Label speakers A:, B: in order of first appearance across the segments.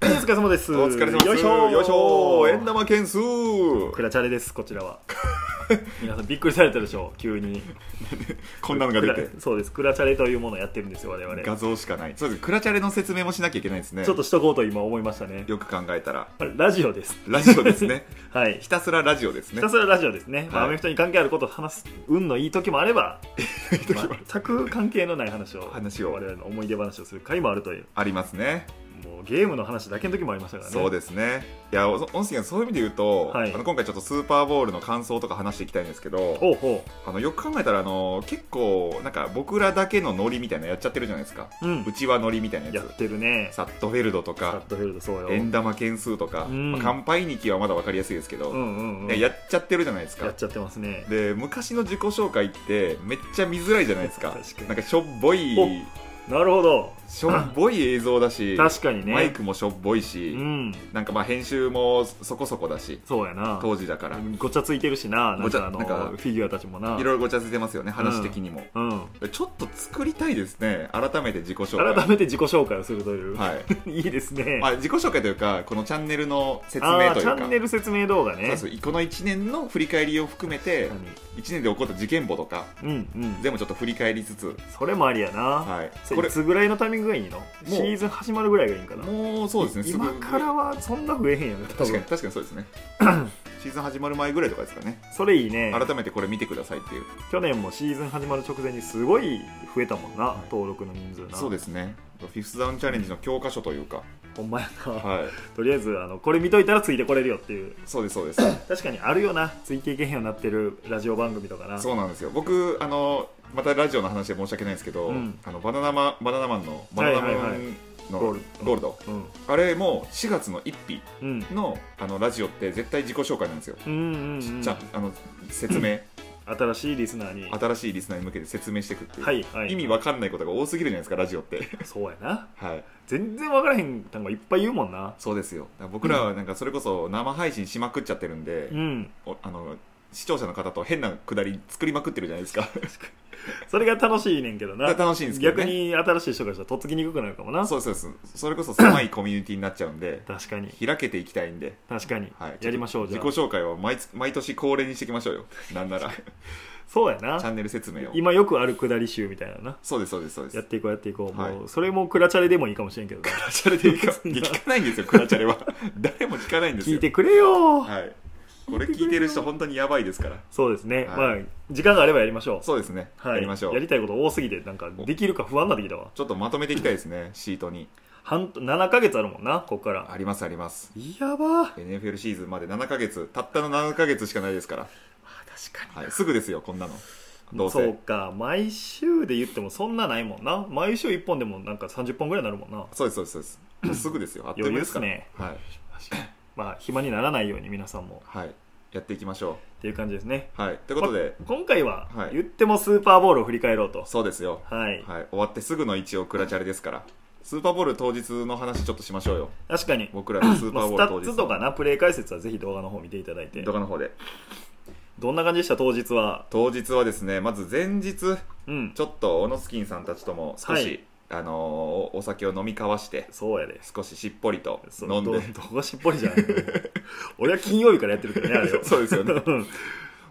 A: れ様です。
B: お疲れ様です。
A: よいしょー
B: よいしょー。円玉件数。
A: クラチャレです、こちらは。 皆さんびっくりされたでしょう、急に。
B: こんなのが出て
A: ク。ラそうです、クラチャレというものをやってるんですよ、我々。ち
B: 画像しかない。そうです。クラチャレの説明もしなきゃいけないですね。
A: ょっとしとこうと今思いましたね。
B: よく考えたら。
A: ラジオです。
B: ラジオですね。
A: はい。
B: ひたすらラジオです
A: ひ
B: ね
A: た。すらラジオですね。まあ、
B: はい
A: アメフトに関係あることを話す、運のいい時もあれ ば、全く関係のない話を、
B: 話を
A: 我々の思い出話をする回もあるという、
B: ありますね。
A: もうゲームの話だけの時もありましたからね。
B: そうですね。いや、お音声がそういう意味で言うと、
A: はい
B: あの今回ちょっとスーパーボールの感想とか話していきたいんですけど、
A: おうほ
B: あのよく考えたらあの結構なんか僕らだけのノリみたいなのやっちゃってるじゃないですか。
A: う。うん
B: う。ちはノリみたいな
A: や
B: や
A: ってるね
B: つ。。サットフェルドと
A: サッ
B: か、
A: トフェルド、そうよ。
B: 円玉件数とか、
A: うん
B: まあ乾杯日記はまだわかりやすいですけど、
A: うんうんうん。
B: ねやっちゃってるじゃないです
A: や
B: か
A: っ。ちゃってますね。
B: で昔の自己紹介ってめっちゃ見づらいじゃないですか
A: 確かに
B: なんかしょっぼい
A: おなるほど。
B: しょっぼい映像だし
A: 確かにね。
B: マイクもしょっぼいうし、
A: ん。
B: なんかまあ編集もそこそこだし
A: そうやな。
B: 当時だからい
A: ごちゃついてるしな、なん
B: ごち
A: か
B: ゃ
A: あの、
B: なんか
A: フィギュアたちもな。
B: ろいろごちゃついてますよね話的にも、
A: うん。
B: ちょっと作りたいですね改めて自己紹介
A: 改めて自己紹介をするという。
B: は い
A: いいですね。
B: まあ、自己紹介というかこのチャンネルの説
A: あ
B: 明
A: ー
B: という
A: チ
B: か
A: ャンネル説明動画ね。
B: そうそうこの1年の振り返りを含めて
A: 確か
B: 1年で起こった事件簿とか
A: にうんうん。
B: 全部ちょっと振り返りつつ、
A: それもありやな。
B: はい、
A: そ
B: こ
A: れ
B: れ
A: いつぐらいのタイミングがいいのシーズン始まるぐらいがいいんかな。
B: もうそうですねすぐ
A: 今からはそんな増えへんやろ、多
B: 確か
A: 分
B: に。確かにそうですね シーズン始まる前ぐらいとかですかね
A: それいいね。
B: 改めてこれ見てくださいっていう
A: 去年もシーズン始まる直前にすごい増えたもんな、
B: はい
A: 登録の人数な。
B: そうですねフィフスダウンチャレンジの教科書というか、
A: ほんまやな。
B: はい、
A: とりあえずあのこれ見といたらついてこれるよっていう
B: そうですそう です
A: 確かにあるよなついていけへんようになってるラジオ番組とかな
B: そうなんですよ僕あのまたラジオの話で申し訳ないんですけど、
A: うん
B: あのバナナマンバナナマンのバナナマンの、
A: はいはいはいゴールド
B: ゴールド
A: うん
B: あれも4月の1日
A: うん
B: のあのラジオって絶対自己紹介なんですよ、
A: うんうんうん
B: ちゃあの説明
A: 新しいリスナーに
B: 新しいリスナーに向けて説明していくっていう、
A: はいはい
B: 意味わかんないことが多すぎるじゃないですかラジオって
A: そうやな
B: はい
A: 全然分からへん単語いっぱい言うもんな
B: そうですよだから僕らはなんかそれこそ生配信しまくっちゃってるんで、
A: うん
B: おあの視聴者の方と変なくだり作りまくってるじゃないですか
A: それが楽しいねんけどな
B: だから 楽しいんですけど、ね、
A: 逆に新しい人からしたらとっつきにくくなるかもな
B: そうですそうですそれこそ狭いコミュニティになっちゃうんで
A: 確かに
B: 開けていきたいんで、
A: 確かに、
B: はい、
A: やりましょうじ
B: 自
A: ゃ
B: 己
A: あ
B: 紹介は毎月毎年恒例にしていきましょうよなんならチ
A: そうや
B: ャ
A: な
B: ンネル説明を
A: 今よくあるくだり集みたいなな
B: そうですそうですそうです
A: やっていこうやっていこう、
B: はい
A: もうそれもクラチャレでもいいかもしれんけどな
B: クラチャレでい いかいや聞かないんですよクラチャレは 誰も聞かないんです
A: 聞
B: よ
A: いてくれよ
B: はい、これ聞いてる人本当にやばいですから
A: そうですね、
B: はい
A: まあ時間があればやりましょう
B: そうですね、
A: はい、
B: やりましょう
A: やりたいこと多すぎてなんかできるか不安になってきたわ
B: ちょっとまとめていきたいですねシートに
A: 半7ヶ月あるもんなここから
B: ありますあります
A: やばー
B: NFL シーズンまで7ヶ月たったの7ヶ月しかないですから、
A: 確か
B: はい、すぐですよこんなのどうせ
A: そうか毎週で言ってもそんなないもんな毎週1本でもなんか30本ぐらいになるもんな
B: そうですそうですそうですもうすぐですよあっという間ですから
A: 余裕っ
B: はい、
A: まあ暇にならないように皆さんも
B: はい、やっていきましょ
A: っていう感じですね
B: うはいということで
A: ま今回は
B: はい
A: 言ってもスーパーボールを振り返ろうと
B: そうですよ、
A: はい、
B: はい、終わってすぐの一応クラチャレですからスーパーボール当日の話ちょっとしましょうよ
A: 確かに、
B: 僕らのスー
A: ま
B: パ
A: あ、
B: ー
A: ス
B: ボ
A: タ
B: ール
A: ッ
B: 当日
A: ツとかなプレイ解説はぜひ動画の方見ていただいて
B: 動画の方で
A: どんな感じでした当日は
B: 当日はですねまず前日
A: うん
B: ちょっとオノスキンさんたちとも少し、
A: はい
B: あのーおお酒を飲み交わして
A: そうやで
B: 少ししっぽりと
A: そう
B: 飲んで
A: どど こしっぽりじゃない 俺は金曜日からやってるからねあれ を
B: そうですよね
A: うん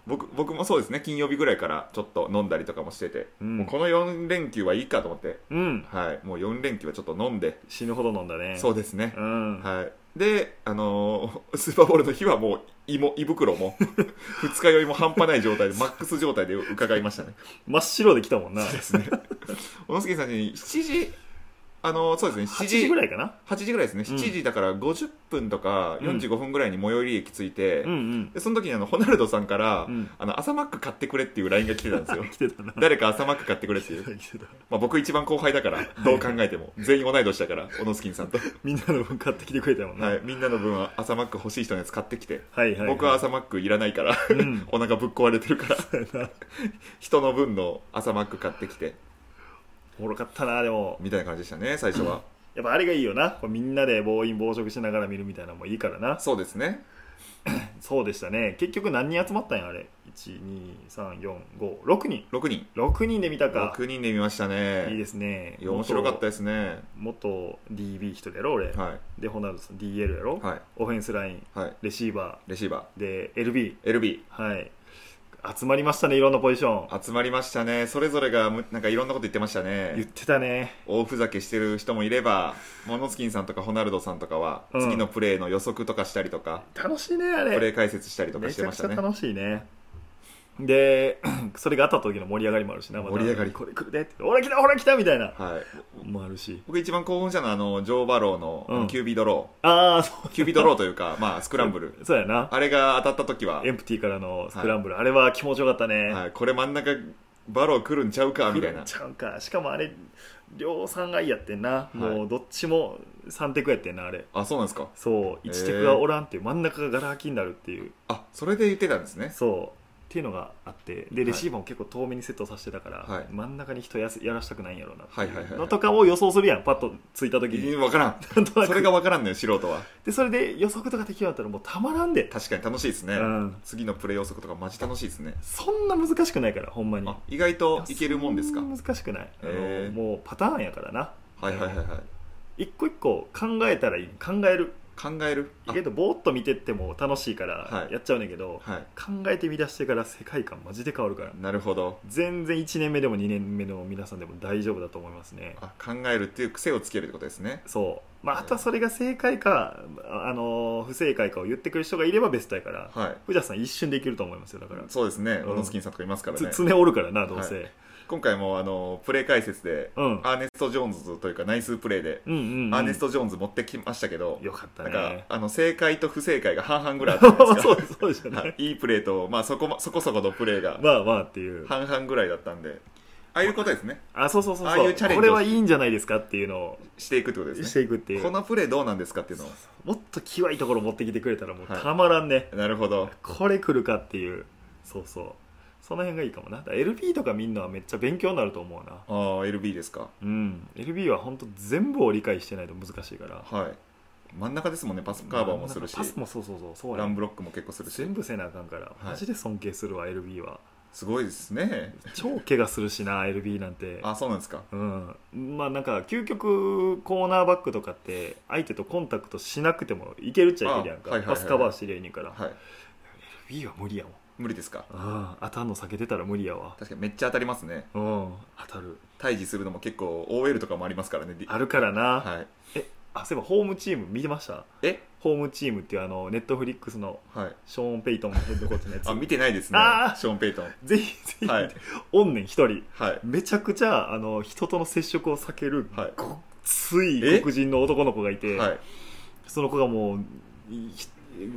B: 僕僕もそうですね金曜日ぐらいからちょっと飲んだりとかもしてて、
A: うん
B: もうこの4連休はいいかと思って、
A: うん
B: はい、もう4連休はちょっと飲んで、
A: 死ぬほど飲んだね
B: そうですね
A: う、ん、
B: はい、で、あのー スーパーボールの日はもう胃も胃袋も 二日酔いも半端ない状態でマックス状態で伺いましたね
A: 真っ白で来たもんな
B: ですね小野助さんに7時あのーそうです
A: 8
B: ね7
A: 時
B: 時
A: ぐらいかな
B: 8時ぐらいですね、
A: うん
B: 7時だから50分とか45分ぐらいに最寄り駅着いて、
A: うんうん
B: でその時にあのホナルドさんから、
A: うん
B: あの朝マック買ってくれっていう LINE が来てたんですよ
A: 来てたな
B: 誰か朝マック買ってくれっていう、
A: 来てた
B: まあ、僕一番後輩だからどう考えても全員同い年だから小野スキンさんと、
A: みんなの分買ってきてくれたもんな、
B: はい、みんなの分は朝マック欲しい人のやつ買ってきて、
A: はいはいい
B: 僕は朝マックいらないから
A: うん
B: お腹ぶっ壊れてるから
A: そうやな
B: 人の分の朝マック買ってきて
A: おもろかったなでも
B: みたいな感じでしたね最初は
A: やっぱあれがいいよなこうみんなで暴飲暴食しながら見るみたいなのもいいからな
B: そうですね
A: そうでしたね結局何人集まったんやあれ12345人
B: 6人
A: 6人で見たか
B: 6人で見ましたね
A: いいですね
B: いや面白かったですね
A: 元元 DB 一人やろ俺、
B: は
A: でホナウドさん DL やろ、
B: いはい
A: オフェンスライン
B: はい
A: レシーバ
B: レシーバ
A: ーで LB
B: ー LB
A: はい集まりましたねいろんなポジション
B: 集まりましたねそれぞれがむなんかいろんなこと言ってました
A: 言っ
B: ね
A: てたね
B: 大ふざけしてる人もいればモノスキンさんとかホナルドさんとかは、
A: うん
B: 次のプレーの予測とかしたりとか
A: 楽しいねあ
B: プレ
A: れ
B: ー解説したりとか
A: め
B: し
A: ち
B: て
A: ゃ
B: ま
A: く
B: し
A: ちゃ
B: たね
A: 楽しいねで それがあった時の盛り上がりもあるしなまた
B: 盛り上がり
A: これ来るでってほら来たほら来たみたいな
B: はい
A: もあるし
B: 僕一番興奮したのはあのジョー・バローのあ
A: う
B: の
A: ん
B: キュービードロ
A: ああそう
B: ー、キュービードローというかまあスクランブル
A: そうやな
B: あれが当たった時は
A: エンプティからのスクランブル、あれは気持ちよかったね、
B: はい、これ真ん中バロー来るんちゃうかみたいな
A: ちゃうかしかもあれ量産がいやってんな、
B: い
A: もうどっちも3テクやってんなあれ
B: あそうなんですか
A: そう1テクがおらんっていう、真ん中がガラ空きになるっていう
B: あそれで言ってたんですね
A: そうっていうのがあってでレシーバーも結構遠めにセットさせてたから、
B: はい
A: 真ん中に人やすやらしたくないんやろうなって
B: はいはいはい
A: のとかを予想するやんパッとついた時に
B: 分から ん
A: なんとなく
B: それが分からんのよ素人は
A: でそれで予測とかできるようになったらもうたまらんで、
B: 確かに楽しいですね、
A: うん、
B: 次のプレー予測とかマジ楽しいですね
A: そんな難しくないからほんまに
B: あ意外といけるもんですか
A: そな難しくないあの、
B: へー
A: もうパターンやからな
B: はいはいはいはい
A: 一個一個考えたらいい考える
B: 考えるあ
A: 意外とぼーっと見てっても楽しいか
B: は
A: ら
B: い
A: やっちゃうねんけど、
B: はい
A: 考えて見出してから世界観マジで変わるから
B: なるほど
A: 全然1年目でも2年目の皆さんでも大丈夫だと思いますね
B: あ考えるっていう癖をつけるってことですね
A: そうまああとはそれが正解か、あの不正解かを言ってくる人がいればベストやから
B: はい
A: 藤田さん一瞬でいけると思いますよだから、
B: そうですね
A: うん
B: オノスキンさんとかいますから
A: つ
B: ね
A: 常おるからなどうせ、
B: は今回もあのプレー解説で
A: うん
B: アーネスト・ジョーンズというかナイスプレーで
A: うんうん、うん、
B: アーネスト・ジョーンズ持ってきましたけど
A: よかった
B: なん
A: ね
B: かあの正解と不正解が半々ぐらいあったじゃないです
A: そ
B: か
A: うそうじゃない、
B: はいいいプレーと、まあ、そこまそこそこのプレーが
A: まあまあっていう
B: 半々ぐらいだったんでああいうことですね
A: あそうそうそう
B: あ
A: そ
B: あ
A: う
B: いうチャレンジを
A: これはいいんじゃないですかっていうの
B: していくってこと
A: を
B: で
A: し
B: すね
A: ていくっていう
B: このプレーどうなんですかっていうのを
A: もっと際いところ持ってきてくれたらもう
B: はい
A: たまらんね、
B: なるほど
A: これ来るかっていうそうそうその辺がいいかもなだから LB とか見るのはめっちゃ勉強になると思うな
B: ああ LB ですか
A: うん LB は本当全部を理解してないと難しいから
B: はい真ん中ですもんねパスカーバーもするし
A: パスもそうそうそうそう
B: ラ
A: や
B: ン
A: ん
B: ブロックも結構するし
A: 全部せなあかんから
B: い
A: マジで尊敬するわ LB は
B: すごいですね
A: 超怪我するしな LB なんて
B: あそうなんですか
A: うん、まあなんか究極コーナーバックとかって相手とコンタクトしなくてもいけるっちゃいけるやんか
B: あはいはいはい
A: パスカバーしてりゃいいねんから、
B: はい
A: B は無理やもん
B: 無理ですか
A: ああ当たんの避けてたら無理やわ
B: 確かにめっちゃ当たりますね
A: うん当たる
B: 対峙するのも結構 OL とかもありますからね
A: あるからな、
B: はい
A: あそういえばホームチーム見てました
B: え
A: ホームチームっていうあのネットフリックスの
B: はい
A: ショーン・ペイトンヘッドコーチのやつ
B: あ見てないですね
A: あー
B: ショーン・ペイトン
A: ぜひぜひ、
B: はい
A: おんねん一人
B: はい
A: めちゃくちゃあの人との接触を避ける
B: はい
A: ごっつい
B: え
A: 黒人の男の子がいて、
B: はい
A: その子がもうひ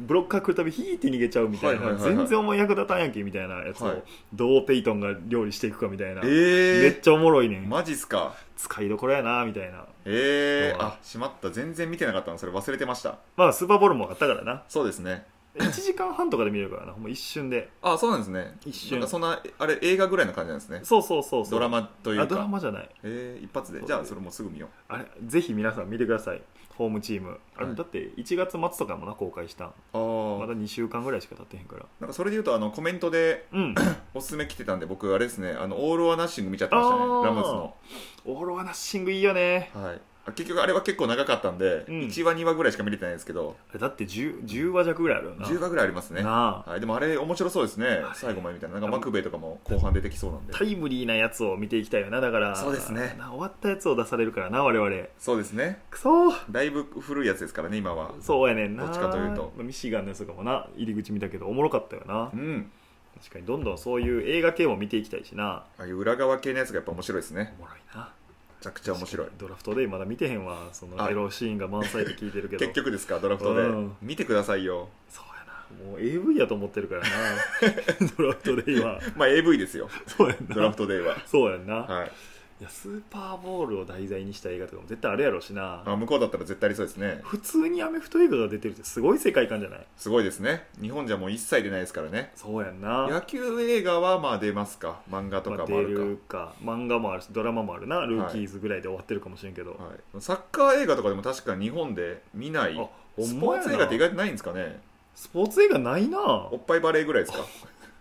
A: ブロッカー来るたびヒーって逃げちゃうみたいな、
B: はいはいはいはい
A: 全然お前役立たんやんけみたいなやつを、
B: はい
A: どうペイトンが料理していくかみたいな、めっ
B: ええ
A: ちゃおもろいねん、
B: マジっすか
A: 使いどころやなみたいな
B: ええ
A: そう
B: あしまった全然見てなかったのそれ忘れてました
A: まあスーパーボールもあったからな
B: そうですね
A: 1時間半とかで見れるからなもう一瞬で
B: あそうなんですね
A: 一瞬
B: なんかそんなあれ映画ぐらいの感じなんですね
A: そうそうそうそう
B: ドラマというか
A: あドラマじゃない
B: えー、一発で
A: そう
B: じゃあそれもうすぐ見よ
A: あれぜひ皆さん見てくださいホームチームあれ、
B: はい
A: だって1月末とかもな公開したん
B: うあ
A: ま
B: あ、
A: だ2週間ぐらいしか経ってへんから
B: なんかそれで言うとあのコメントで
A: うん
B: おすすめ来てたんで僕あれですねあのオール・オア・ナッシング見ちゃってましたね
A: あー
B: ラムズの、
A: オーロアナッシングいいよね
B: はい、あ結局あれは結構長かったんで、
A: うん
B: 1話2話ぐらいしか見れてないんですけど、
A: あれだって 10, 10話弱ぐらいあるよな
B: 10話ぐらいありますね、
A: なあ
B: はい、でもあれ面白そうですね
A: あ
B: 最後までみたいななんかマクベイとかも後半出てきそうなんで
A: タイムリーなやつを見ていきたいよなだから
B: そうですね
A: な終わったやつを出されるからな我々
B: そうですね
A: くそー
B: だいぶ古いやつですからね今は
A: そうやねんな
B: どっちかというと
A: ミシガンのやつとかもな入り口見たけどおもろかったよな
B: うん
A: 確かにどんどんそういう映画系も見ていきたいしな
B: ああいう裏側系のやつがやっぱ面白いですね
A: おもろいな
B: めちゃくちゃ面白い
A: ドラフトでまだ見てへんわその
B: あ
A: エロシーンが満載って聞いてるけど
B: 結局ですかドラフトで、
A: うん
B: 見てくださいよ
A: そうやなもう AV やと思ってるからな ドラフトで今
B: まあ AV ですよ
A: そうやんな
B: ドラフトデイ は
A: そうやんな、
B: はい
A: い、やスーパーボールを題材にした映画とかも絶対あるやろうしな
B: あ向こうだったら絶対ありそうですね
A: 普通にアメフト映画が出てるってすごい世界観じゃない
B: すごいですね日本じゃもう一切出ないですからね
A: そうやんな
B: 野球映画はまあ出ますか漫画と
A: ま
B: か
A: あ、
B: もあ
A: 出
B: るか、
A: るか漫画もあるしドラマもあるなルーキーズぐらいで終わってるかもしれんけど、
B: はい、サッカー映画とかでも確か日本で見ない
A: あほ
B: ス
A: ん
B: ポ
A: ま
B: ー
A: やな
B: ツ映画って意外とないんですかね
A: スポーツ映画ないなぁ
B: おっぱいバレーぐらいですか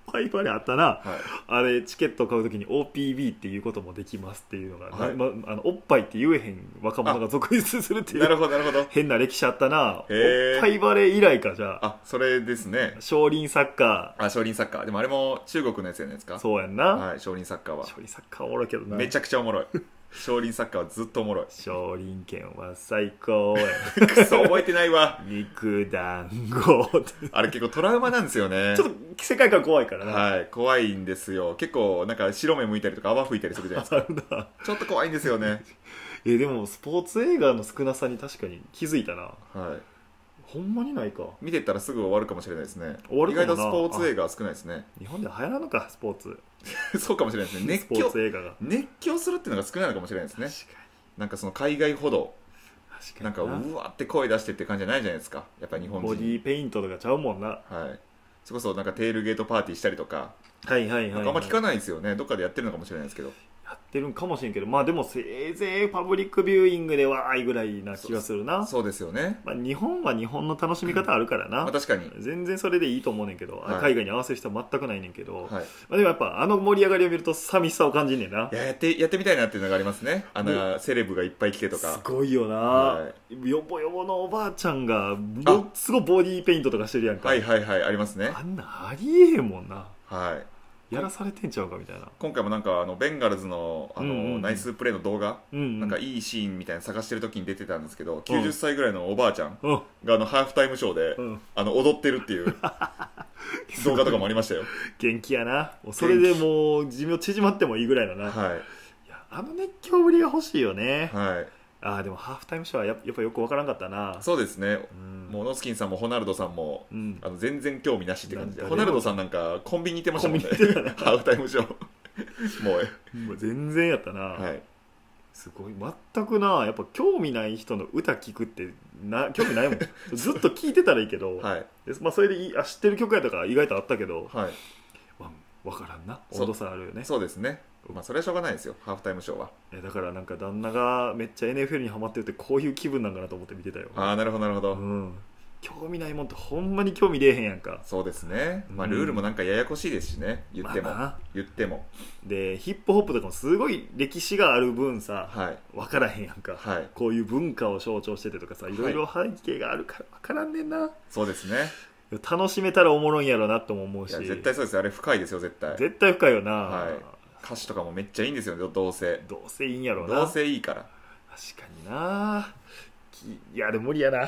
A: パイバレあったな
B: はい
A: あれチケットを買うときに OPB っていうこともできますっていうのが、
B: はい
A: まあのおっぱいって言えへん若者が続出するってい
B: なる
A: う
B: ほどなるほど
A: 変な歴史あったな
B: へー
A: おっぱいバレ以来かじゃあ
B: あそれですね
A: 少林サッカ
B: あ少林サッカーでもあれも中国のやつじゃないですか
A: ーそうやんな、
B: はい少林サッカーは
A: 少林サッカーおもろいけどな
B: めちゃくちゃお もろい少林サッカーはずっとおもろい
A: 少林拳は最高や
B: くそ覚えてないわ
A: 肉団子って
B: あれ結構トラウマなんですよね
A: ちょっと世界観怖いからな、
B: はい怖いんですよ結構なんか白目向いたりとか泡吹いたりするじゃないです
A: あ
B: か
A: るな
B: ちょっと怖いんですよね
A: えでもスポーツ映画の少なさに確かに気づいたな
B: は
A: ほんまにないか
B: い見てたらすぐ終わるかもしれないですね
A: 終わ
B: 意
A: るかもな
B: 外とスポーツ映画は少ないですね
A: 日本では流行らんのかスポーツ
B: そうかもしれないですね熱
A: スポー
B: 狂
A: ツ映画が
B: 熱狂するっていうのが少ないのかもしれないですね
A: 確か
B: なんかその海外ほど
A: に確かに
B: なんかうわって声出してって感じじゃないじゃないですかやっぱり日本
A: ボデ
B: 人
A: ィーペイントとかちゃうもんな
B: はいそれこそなんかテールゲートパーティーしたりとか
A: はいはいはい、
B: なんかあんま聞かないですよねどっかでやってるのかもしれないですけど
A: やってるんかもしれんけどまあでもせいぜいパブリックビューイングでわーいぐらいな気がするな
B: そうですよね
A: まあ、日本は日本の楽しみ方あるからな、
B: まあ確かに
A: 全然それでいいと思うねんけど、
B: はい
A: 海外に合わせる人は全くないねんけど、
B: はい
A: まあ、でもやっぱあの盛り上がりを見ると寂しさを感じんねんない
B: ややってやってみたいなっていうのがありますねあのセレブがいっぱい来てと
A: す
B: か
A: ごいよな、
B: は
A: よぼよぼのおばあちゃんがもすごいボディーペイントとかしてるやんか、
B: はいはいはいありますね
A: あんなんありえへんもんな
B: はい
A: やらされてんちゃうかみたいな
B: 今回もなんかあのベンガルズのあの、
A: うんうんうん
B: ナイスプレーの動画、
A: うんうん
B: なんかいいシーンみたいなの探してる時に出てたんですけど、90歳ぐらいのおばあちゃん
A: うん
B: があのハーフタイムショーで、
A: うん
B: あの踊って るっていう動画とかもありましたよ、
A: 元気やなもうそれでもう寿命縮まってもいいぐらいだな、
B: はい
A: いやあの熱狂ぶりが欲しいよね、
B: はい、
A: ああでもハーフタイムショーはややっぱよくわからんかったな
B: そうですね、
A: うん
B: もうノスキンさんもホナルドさんも、
A: うん
B: あの全然興味なしって感じで
A: なん
B: ホ
A: か
B: ナ
A: ね
B: ルドさんなんかコンビニ行ってましたもんね
A: コンビニ行って
B: ハーフタイム ショーもう
A: もう全然やったな、
B: はい
A: すごい全くなやっぱ興味ない人の歌聞くってな興味 ないもんずっと聞いてたらいいけど、
B: はい
A: でまあ、それでいいあ知ってる曲やとか意外とあったけど、
B: はい
A: まあ、分からんな
B: そう
A: 温度差あるよね
B: そうですねまあそれはしょうがないですよハーフタイムショーは
A: えだからなんか旦那がめっちゃ NFL にハマってるってこういう気分なんかなと思って見てたよ、
B: ああなるほどなるほど、
A: うん、興味ないもんってほんまに興味出えへんやんか
B: そうですね、まあ、
A: うん
B: ルールもなんかややこしいですしね言っても、
A: まあな
B: 言っても
A: でヒップホップとかもすごい歴史がある分さ、
B: はい
A: 分からへんやんか、
B: はい
A: こういう文化を象徴しててとかさいろいろ背景があるから分からんねんな、
B: そうですね
A: 楽しめたらおもろいんやろなとも思う
B: い
A: し
B: や絶対そうですよあれ深いですよ絶対
A: 絶対深いよな、
B: はい歌詞とかもめっちゃいいんですよどどうせ
A: どうせいいんやろな
B: どうせいいから
A: 確かになきいやでも無理やな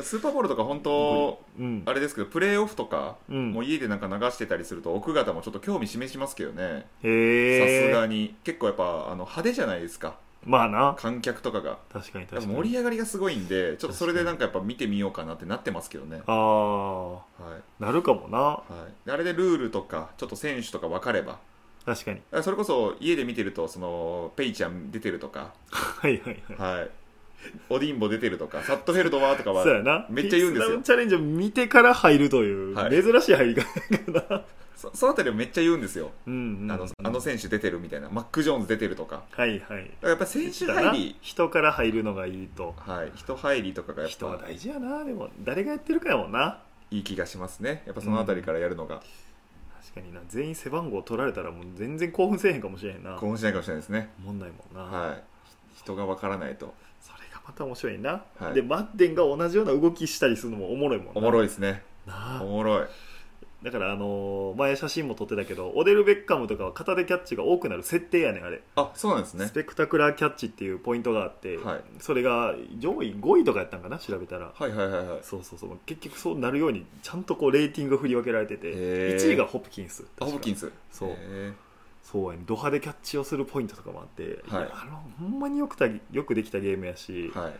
B: スーパーボールとか本当
A: うん
B: あれですけどプレーオフとか、
A: うん
B: もう家でなんか流してたりすると奥方もちょっと興味示しますけどねさ
A: へ
B: す
A: え
B: がに結構やっぱあの派手じゃないですか
A: まあな
B: 観客とかが
A: 確かに確かに
B: 盛り上がりがすごいんでちょっとそれでなんかやっぱ見てみようかなってなってますけどね
A: あ
B: はい
A: あなるかもな
B: はい、であれでルールとかちょっと選手とか分かれば
A: 確かに
B: あそれこそ家で見てるとそのペイちゃん出てるとか、
A: はいはいはい
B: はい、オディンボ出てるとかサットフェルドはとかは
A: そうやな
B: めっちゃ言うんです
A: ピッツダ
B: よ
A: ウンチャレンジを見てから入るという、
B: はい
A: 珍しい入り方やからな
B: そそのあたりはめっちゃ言うんですよ、
A: うん、うん、
B: あのあの選手出てるみたいなマック・ジョーンズ出てるとかだか
A: はいはい
B: らやっぱ選手入り、
A: 人から入るのがいいと
B: はい、人入りとかがやっ
A: 人は
B: ぱ
A: 大事やなでも誰がやってるかやもんない
B: い気がしますねやっぱそのあたりからやるのが
A: 確かにな全員背番号取られたらもう全然興奮せえへんかもしれへんな
B: 興奮しないかもしれないですね、
A: 問題もんな、
B: はい、人が分からないと
A: それがまた面白いな、
B: はい
A: でマッデンが同じような動きしたりするのもおもろいもんな
B: おもろいですね
A: なあ
B: おもろい
A: だからあのー前写真も撮ってたけどオデル・ベッカムとかは片手キャッチが多くなる設定やねんあれ
B: あそうなんですね
A: スペクタクラーキャッチっていうポイントがあって、
B: はい
A: それが上位5位とかやったんかな調べたら
B: はいはいはいはい
A: そうそうそう結局そうなるようにちゃんとこうレーティングが振り分けられてて
B: へー
A: 1位がホプキンス
B: あホブキンス
A: そう
B: へえ
A: そうやねド派手キャッチをするポイントとかもあって、
B: は
A: い
B: い
A: やあのほんまによくたよくできたゲームやし、
B: はい、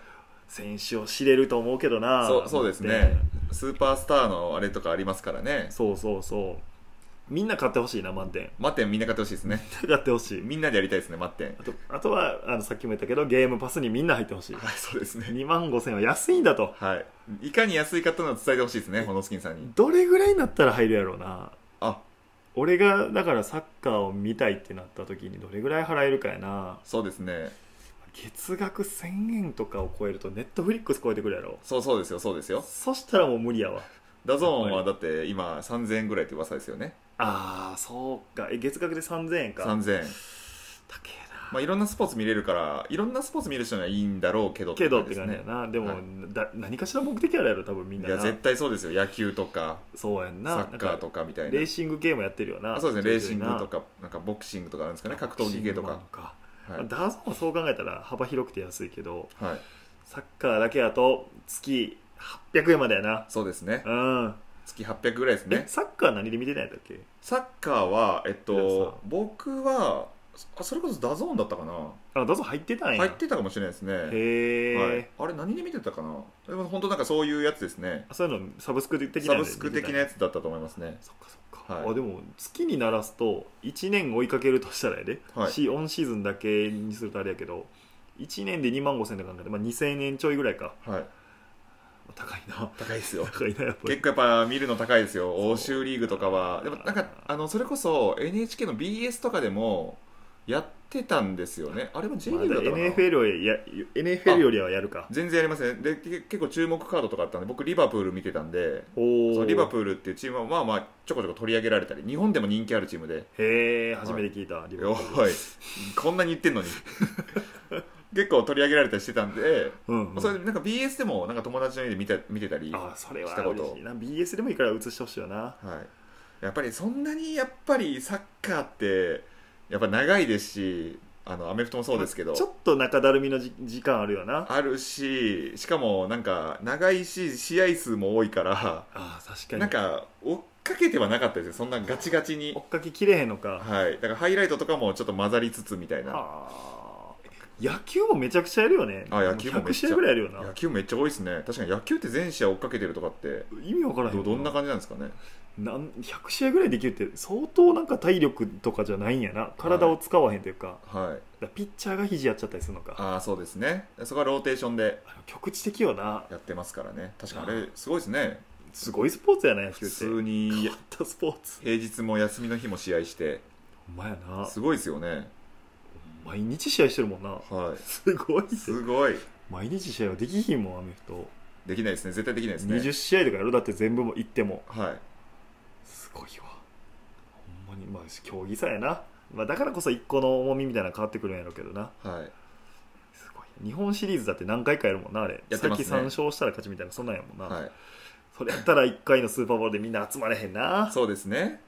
A: 選手を知れると思うけどな
B: そうそうです
A: 思って
B: ねスーパースターのあれとかありますからね
A: そうそうそうみんな買ってほしいな満点
B: マッテンみんな買ってほしいですね
A: 買ってほしい
B: みんなでやりたいですねマッテン
A: あとあとはあのさっきも言ったけどゲームパスにみんな入ってほしい
B: はいそうですね
A: 2万5000は安いんだと
B: はいいかに安いかっていうのを伝えてほしいですねホノスキンさんに
A: どれぐらいになったら入るやろうな
B: あ
A: 俺がだからサッカーを見たいってなった時にどれぐらい払えるかやな
B: そうですね
A: 月額1000円とかを超えるとネットフリックス超えてくるやろ
B: そうそうですよそうですよ
A: そしたらもう無理やわ
B: ダゾーンはだって今3000円ぐらいって噂ですよね
A: ああそうかえ月額で3000円か高
B: 3000円、
A: えな、
B: まあ、いろんなスポーツ見れるからいろんなスポーツ見る人にはいいんだろうけど
A: けどって
B: です
A: 感じ
B: ね
A: やなでも、
B: はい
A: だ何かしら目的あるやろ多分みんない
B: や
A: な
B: 絶対そうですよ野球とか
A: そうやんな
B: サッカーと
A: か
B: かみたいな
A: レーシングゲームやってるよな
B: あそうですねレーシング
A: ちょいちょ
B: と
A: い
B: かなんかボクシングとかなんですかね
A: な
B: 格闘技系と
A: ボ
B: か
A: クシングもあるか
B: はい、
A: ダーゾンはそう考えたら幅広くて安いけど
B: はい、
A: サッカーだけやと月800円までやな
B: そうですね
A: うん
B: 月800ぐらいです
A: え
B: ね
A: サッカー何で見てないんだっけ
B: サッカーはえっ
A: 皆さん
B: と僕はあそれこそダゾーンだったかな
A: あダゾン入ってたんや
B: 入ってたかもしれないですね
A: へえ、
B: はい、あれ何で見てたかなでも本当なんかそういうやつですね
A: あそういうのサブスク的な
B: サ
A: や
B: ブ
A: つ
B: スク的なやつだったと思いますね
A: そっかそっか、
B: はい
A: あでも月にならすと1年追いかけるとしたらやで、
B: はい
A: シオンシーズンだけにするとあれやけど1年で2万5000円で考えて、まあ、2000円ちょいぐらいか
B: はい
A: 高いな
B: 高いですよ
A: 高いなやっぱり
B: 結構やっぱ見るの高いですよ欧州リーグとかはでもなんかあのそれこそ NHK の BS とかでもやってたんですよねあれも J リ
A: まだ
B: ーグだったかな、
A: NFL よりや NFL よりはやるか
B: 全然やりませんでけ結構注目カードとかあったんで僕リバプール見てたんで
A: お
B: そ
A: お
B: うリバプールっていうチームはまあまあちょこちょこ取り上げられたり日本でも人気あるチームで
A: へえ初めて聞いた、リバ
B: お
A: プール
B: いこんなに言ってんのに 結構取り上げられたりしてたんで、
A: うんうん
B: それでなんか BS でもなんか友達の家で見て見てたり
A: あそれは
B: したこと
A: 嬉しいな BS でもいいから映してほしいよな
B: はい、やっぱりそんなにやっぱりサッカーってやっぱ長いですしあのアメフトもそうですけど
A: ちょっと中だるみのじ時間あるよな
B: あるししかもなんか長いし試合数も多いから
A: あー確かに
B: なんか追っかけてはなかったですよそんなガチガチに
A: 追、っかけきれへんのか
B: はい、だからハイライトとかもちょっと混ざりつつみたいな
A: あー野球もめちゃくちゃやるよね
B: あ野球もめっ
A: 100
B: ち
A: 試
B: ゃ
A: 合ぐらいやるよ
B: 野
A: な
B: 球めっちゃ多いですね確かに野球って全試合追っかけてるとかって
A: 意味わからへん
B: ど
A: よ
B: どんな感じなんですかね
A: なん100試合ぐらいできるって相当なんか体力とかじゃないんやな体を使わへんというか,、
B: はい
A: ピッチャーが肘やっちゃったりするのか
B: ああそうですねそこはローテーションで
A: あの局地的よな
B: やってますからね確かにあれすごいですね
A: すごいスポーツやな野球
B: 普
A: って
B: 通
A: 変
B: に
A: わったスポーツ
B: 平日も休みの日も試合して
A: ほんまやな
B: すごいですよね
A: 毎日試合してるもんな
B: はい
A: すごいね
B: すごい
A: 毎日試合はできひんもんアメフト
B: できないですね絶対できないですね
A: 20試合とかやろだって全部も行っても
B: はい
A: すごいわほんまにまあ競技差やな、まあ、だからこそ一個の重みみたいなの変わってくるんやろうけどな
B: はい
A: すごい日本シリーズだって何回かやるもんなあれ、
B: やってます
A: 先
B: ね
A: 3勝したら勝ちみたいなそんなんやもんな、
B: はい
A: それやったら1回のスーパーボールでみんな集まれへんな
B: そうですね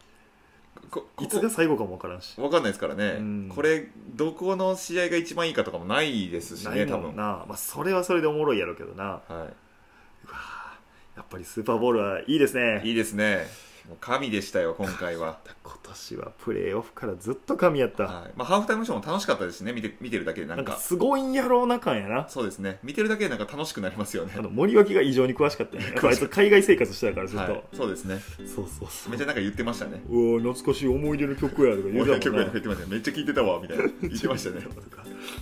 B: ここ
A: いつが最後かも分からんし
B: わかんないですからね、
A: うん
B: これどこの試合が一番いいかとかもないですし
A: な
B: ね
A: い
B: 多
A: も
B: 分
A: んな、まあ、それはそれでおもろいやろうけどな
B: は
A: うわーやっぱりスーパーボールはいいですね
B: いいいですねもう神でしたよ今 回は、
A: 今年はプレーオフからずっと神やった、
B: はいまあ、ハーフタイムショーも楽しかったですしね見て見てるだけでなん
A: な
B: か
A: んかすごいんやろうな感やな
B: そうですね見てるだけでなんか楽しくなりますよね
A: あの森脇が異常に詳しかったね あいつ海外生活してたからずっと、
B: はい、そうですね
A: そうそうそう
B: めっちゃなんか言ってましたね
A: うわ懐かしい思い出の曲やとか言うた
B: 俺の曲
A: もん
B: や
A: な
B: とか言ってましたねめっちゃ聞いてたわみたいな言ってましたね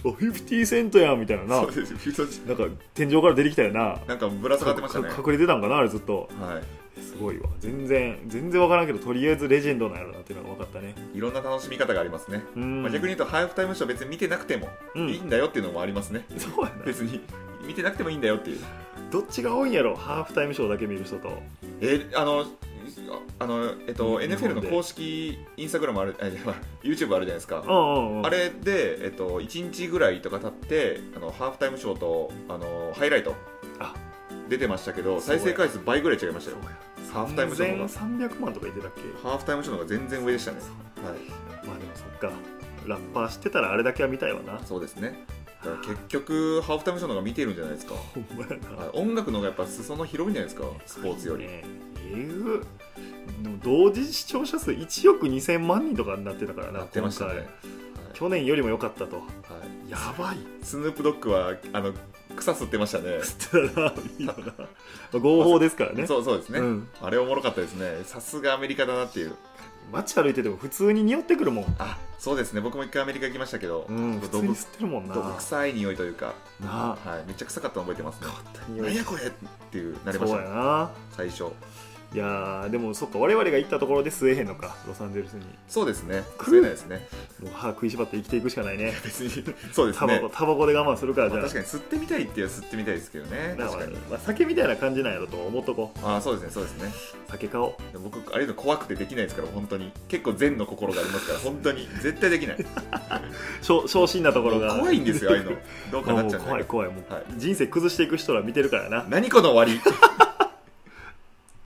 A: お50セントやみたいなな
B: そうですピューチ
A: なんか天井から出てきたよな
B: なんかぶら下がってましたね
A: か隠れてたんかなあれずっと
B: は
A: すごいわ全然全然わからんけどとりあえずレジェンドなんやろなっていうのが分かったね
B: いいろんな楽しみ方がありますね、
A: うん、
B: まあ、逆に言うとハーフタイムショー別に見てなくても
A: うん
B: いいんだよっていうのもありますね、
A: そうやな
B: 別に見てなくてもいいんだよっていう
A: どっちが多いんやろハーフタイムショーだけ見る人と
B: えーあのあのえっと
A: うん
B: NFL
A: 日
B: の
A: 本で
B: 公式インスタグラムあるえまあ YouTube あるじゃないですか、
A: うんうんうん
B: あれで、えっと、1日ぐらいとか経ってあのハーフタイムショーとあのハイライト
A: あ
B: 出てましたけど
A: そうや
B: 再生回数倍ぐらい違いました
A: そう
B: よ
A: や
B: ハーフタイムショーの方
A: 3300万とか言ってたっけ
B: ハーフタイムショーの方が全然上でしたね、はい、
A: まあでもそっかラッパー知ってたらあれだけは見たいわな
B: そうですねだから結局ハーフタイムショーの方が見てるんじゃないですか
A: ほんまやな
B: はい音楽の方がやっぱ裾野広いんじゃないですかスポーツより、
A: ねえぐでも同時視聴者数1億2000万人とかになってたからな
B: なってましたね、はい
A: 今回去年よりも良かったと
B: はい
A: やばい
B: スヌープドッグはあの草吸ってましたね
A: ってたらいいよなまあ合法ですからね
B: そうそうですね、
A: うん
B: あれおもろかったですねさすがアメリカだなっていう
A: 街歩いてても普通に匂ってくるもん、
B: あそうですね僕も一回アメリカ行きましたけど、
A: うん、普
B: ど
A: 通に
B: ぶ
A: 吸ってるもんな
B: どぶ臭い匂いというか、
A: なあ
B: はい、めっちゃ臭かったの覚えてますね
A: 変わった
B: 何
A: 匂い
B: やこれっていうなりまし
A: そ
B: た
A: うや
B: ね
A: な
B: 最初
A: いやーでもそっか我々が行ったところで吸えへんのかロサンゼルスに
B: そうですね
A: 食う
B: 食えないですね
A: もう歯食いしばって生きていくしかないね
B: 別 にそうです
A: タバ
B: ね
A: コタバコで我慢するからじ
B: ま
A: ゃ
B: あ
A: あ
B: 確かに吸ってみたいっていう吸ってみたいですけどね
A: だか
B: 確からに
A: まあ、酒みたいな感じなんやろと思っとこう
B: ああそうですねそうですね
A: 酒買おう
B: でも僕あれの怖くてできないですから本当に結構善の心がありますから本当に絶対でき ない
A: しょ昇進なところが
B: 怖いんですよああいうのどうか
A: も
B: なっ
A: う
B: ちゃうんだ
A: 怖
B: け
A: い
B: ど
A: 怖いもう
B: はい
A: 人生崩していく人ら見てるからな
B: 何この終わり